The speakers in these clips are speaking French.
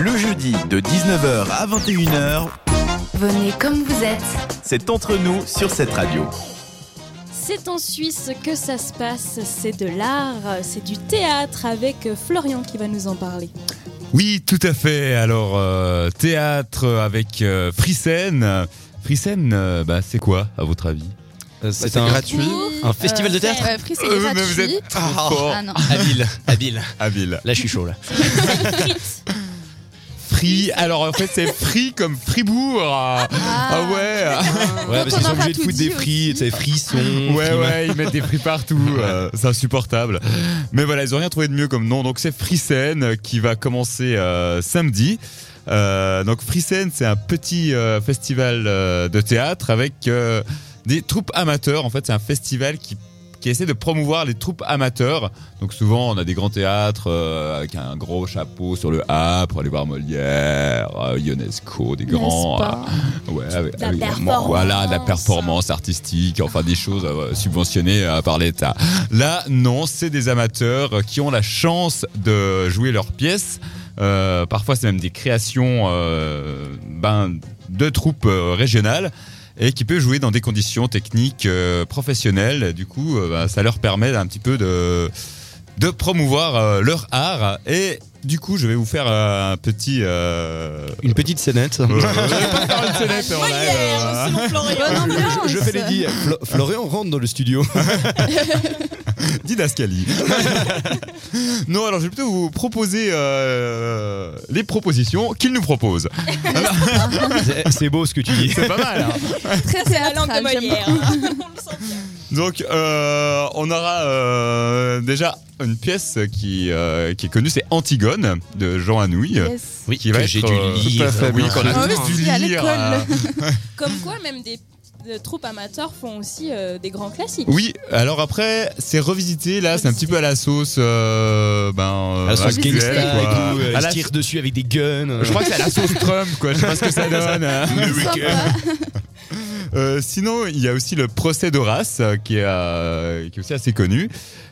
Le jeudi de 19h à 21h, Venez comme vous êtes. c'est entre nous sur cette radio. C'est en Suisse que ça se passe, c'est de l'art, c'est du théâtre avec Florian qui va nous en parler. Oui, tout à fait. Alors, euh, théâtre avec euh, Frissen. Frissen, euh, bah, c'est quoi, à votre avis C'est gratuit. Un festival de théâtre Euh, Free, c'est Euh, mais gratuit. vous êtes Ah, fort, Ah non. Habile, habile. habile. Là, je suis chaud, là. Fritz, Free, alors en fait, c'est Free comme Fribourg. Ah, ah ouais, Ouais, parce qu'ils on sont aura obligés de tout foutre dit des frites, c'est frissons. ouais, frimas- ouais, ils mettent des prix partout. euh, c'est insupportable. Mais voilà, ils ont rien trouvé de mieux comme nom. Donc, c'est Frissen euh, qui va commencer euh, samedi. Euh, donc, Frissen, c'est un petit euh, festival euh, de théâtre avec euh, des troupes amateurs. En fait, c'est un festival qui qui essaie de promouvoir les troupes amateurs. Donc souvent, on a des grands théâtres euh, avec un gros chapeau sur le A pour aller voir Molière, euh, Ionesco, des grands. n'est-ce pas euh, ouais, avec- La avec- performance. Voilà, de la performance artistique, enfin des choses euh, subventionnées euh, par l'État. Là, non, c'est des amateurs euh, qui ont la chance de jouer leurs pièces. Euh, parfois, c'est même des créations euh, ben, de troupes euh, régionales et qui peut jouer dans des conditions techniques euh, professionnelles. Du coup, euh, bah, ça leur permet un petit peu de, de promouvoir euh, leur art. Et du coup, je vais vous faire euh, un petit. euh, Une petite scénette. euh, je vais pas faire une scénette en live, euh, Bonne ambiance. Je fais les dix. Flo- Florian rentre dans le studio. Didascalie. non, alors je vais plutôt vous proposer euh, les propositions qu'ils nous proposent. C'est- C'est beau ce que tu dis. C'est pas mal. hein. Très la langue théâtral, j'aime de Molière. beaucoup. On le sent bien. Donc, euh, on aura euh, déjà une pièce qui, euh, qui est connue, c'est Antigone de Jean Anouilh. Yes. Oui, Qui va que être, j'ai dû euh, tout à lire. fait, Oui, bien qu'on a sûr. tous Ah dû oui, à lire, l'école. euh, Comme quoi, même des euh, troupes amateurs font aussi euh, des grands classiques. Oui, alors après, c'est revisité là, c'est un petit peu à la sauce. euh, ben, euh, À la sauce actuelle, gangsta quoi. et tout, euh, À ils la- se tirent dessus avec des guns. euh. Je crois que c'est à la sauce Trump, quoi. Je sais pas ce que ça donne. hein. Euh, sinon, il y a aussi le procès d'Horace, euh, qui, est, euh, qui est aussi assez connu.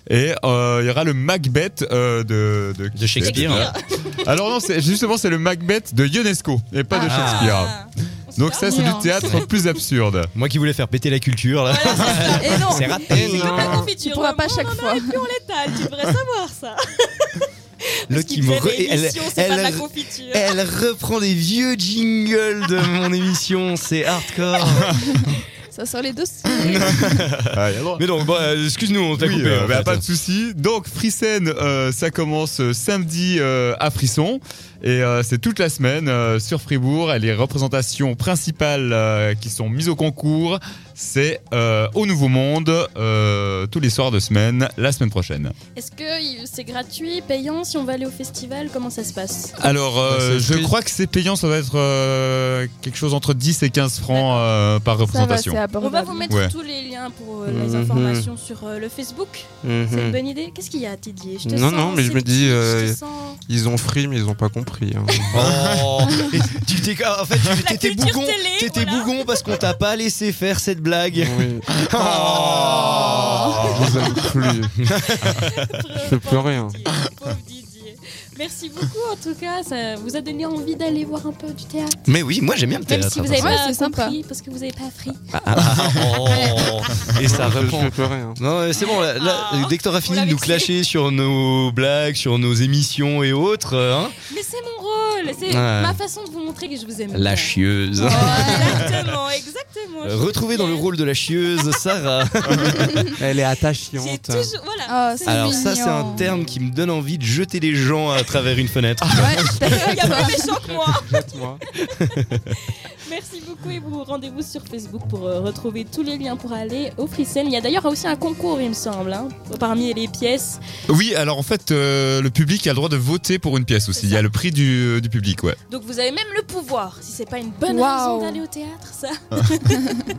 Et euh, il y aura le Macbeth euh, de, de, De Shakespeare. déjà Alors non, c'est- justement, c'est le Macbeth de Ionesco et pas de Ah. Shakespeare. On se fait Donc ça, c'est du avoir. théâtre plus absurde. Moi qui voulais faire péter la culture là. Et non, C'est raté. Tu peux pas non. confiture, tu pourras moi, pas moi, chaque non, fois. non, et puis on l'étale, tu devrais savoir ça. L'autre Qui me fait re- des elle, émissions, c'est pas de la elle- confiture. elle reprend des vieux jingles de mon émission. C'est hardcore. ça sort les deux. Ah, il y a droit. Mais non, bah, euh, excuse-nous, on t'a Oui, coupé. euh, en bah, fait. pas de souci. Donc Frissen, euh, ça commence euh, samedi euh, à Frisson et euh, c'est toute la semaine euh, sur Fribourg. Et les représentations principales euh, qui sont mises au concours, c'est euh, au Nouveau Monde euh, tous les soirs de semaine la semaine prochaine. Est-ce que il- c'est gratuit, payant si on va aller au festival Comment ça se passe Alors euh, je c'est- crois que Bah, c'est payant, ça va être euh, quelque chose entre 10 et 15 francs euh, par Ça va, représentation. c'est On abordable. va vous mettre Ouais. tous les liens pour euh, les Mhm. informations sur euh, le Facebook. C'est une Mhm. bonne idée. Qu'est-ce qu'il y a, Didier Je te Non, sens non, mais je me sceptique, dis, euh, je te sens- Ils ont free, mais ils ont pas compris. hein. Oh. Et tu t'es- en fait, tu- La t'étais culture bougon, télé, t'étais voilà. bougon parce qu'on t'a pas laissé faire cette blague. Oui, Oh. je les aime plus. Je fais pleurer, hein. Merci beaucoup en tout cas, ça vous a donné envie d'aller voir un peu du théâtre. Mais oui, moi j'aime bien le Même théâtre. si vous n'avez Ouais, pas c'est sympa. compris, parce que vous n'avez pas appris. Oh. Et ça Je reprend. fais pleurer. hein. Non, mais c'est bon, là, là, Ah. dès que t'auras On fini de nous l'avait clasher sur nos blagues, sur nos émissions et autres, euh, hein, Mais c'est mon rôle, c'est Ouais. ma façon de vous montrer que je vous aime. La chieuse. Oh. Exactement, exactement. euh, retrouvez dans le rôle de la chieuse Sarah. Elle est J'ai attachante. toujours. Voilà. Oh, c'est- c'est Alors ça c'est un mignon. terme qui me donne envie de jeter les gens à travers une fenêtre. Ouais, je suis d'accord Il y avec a toi. plus méchant que moi. Jette-moi. Merci beaucoup et vous rendez-vous sur Facebook pour euh, retrouver tous les liens pour aller au Freescène. Il y a d'ailleurs aussi un concours, il me semble, hein, parmi les pièces. Oui, alors en fait, euh, le public a le droit de voter pour une pièce aussi. Il y a le prix du, du public, ouais. Donc vous avez même le pouvoir, si c'est pas une bonne Waouh. raison d'aller au théâtre, ça.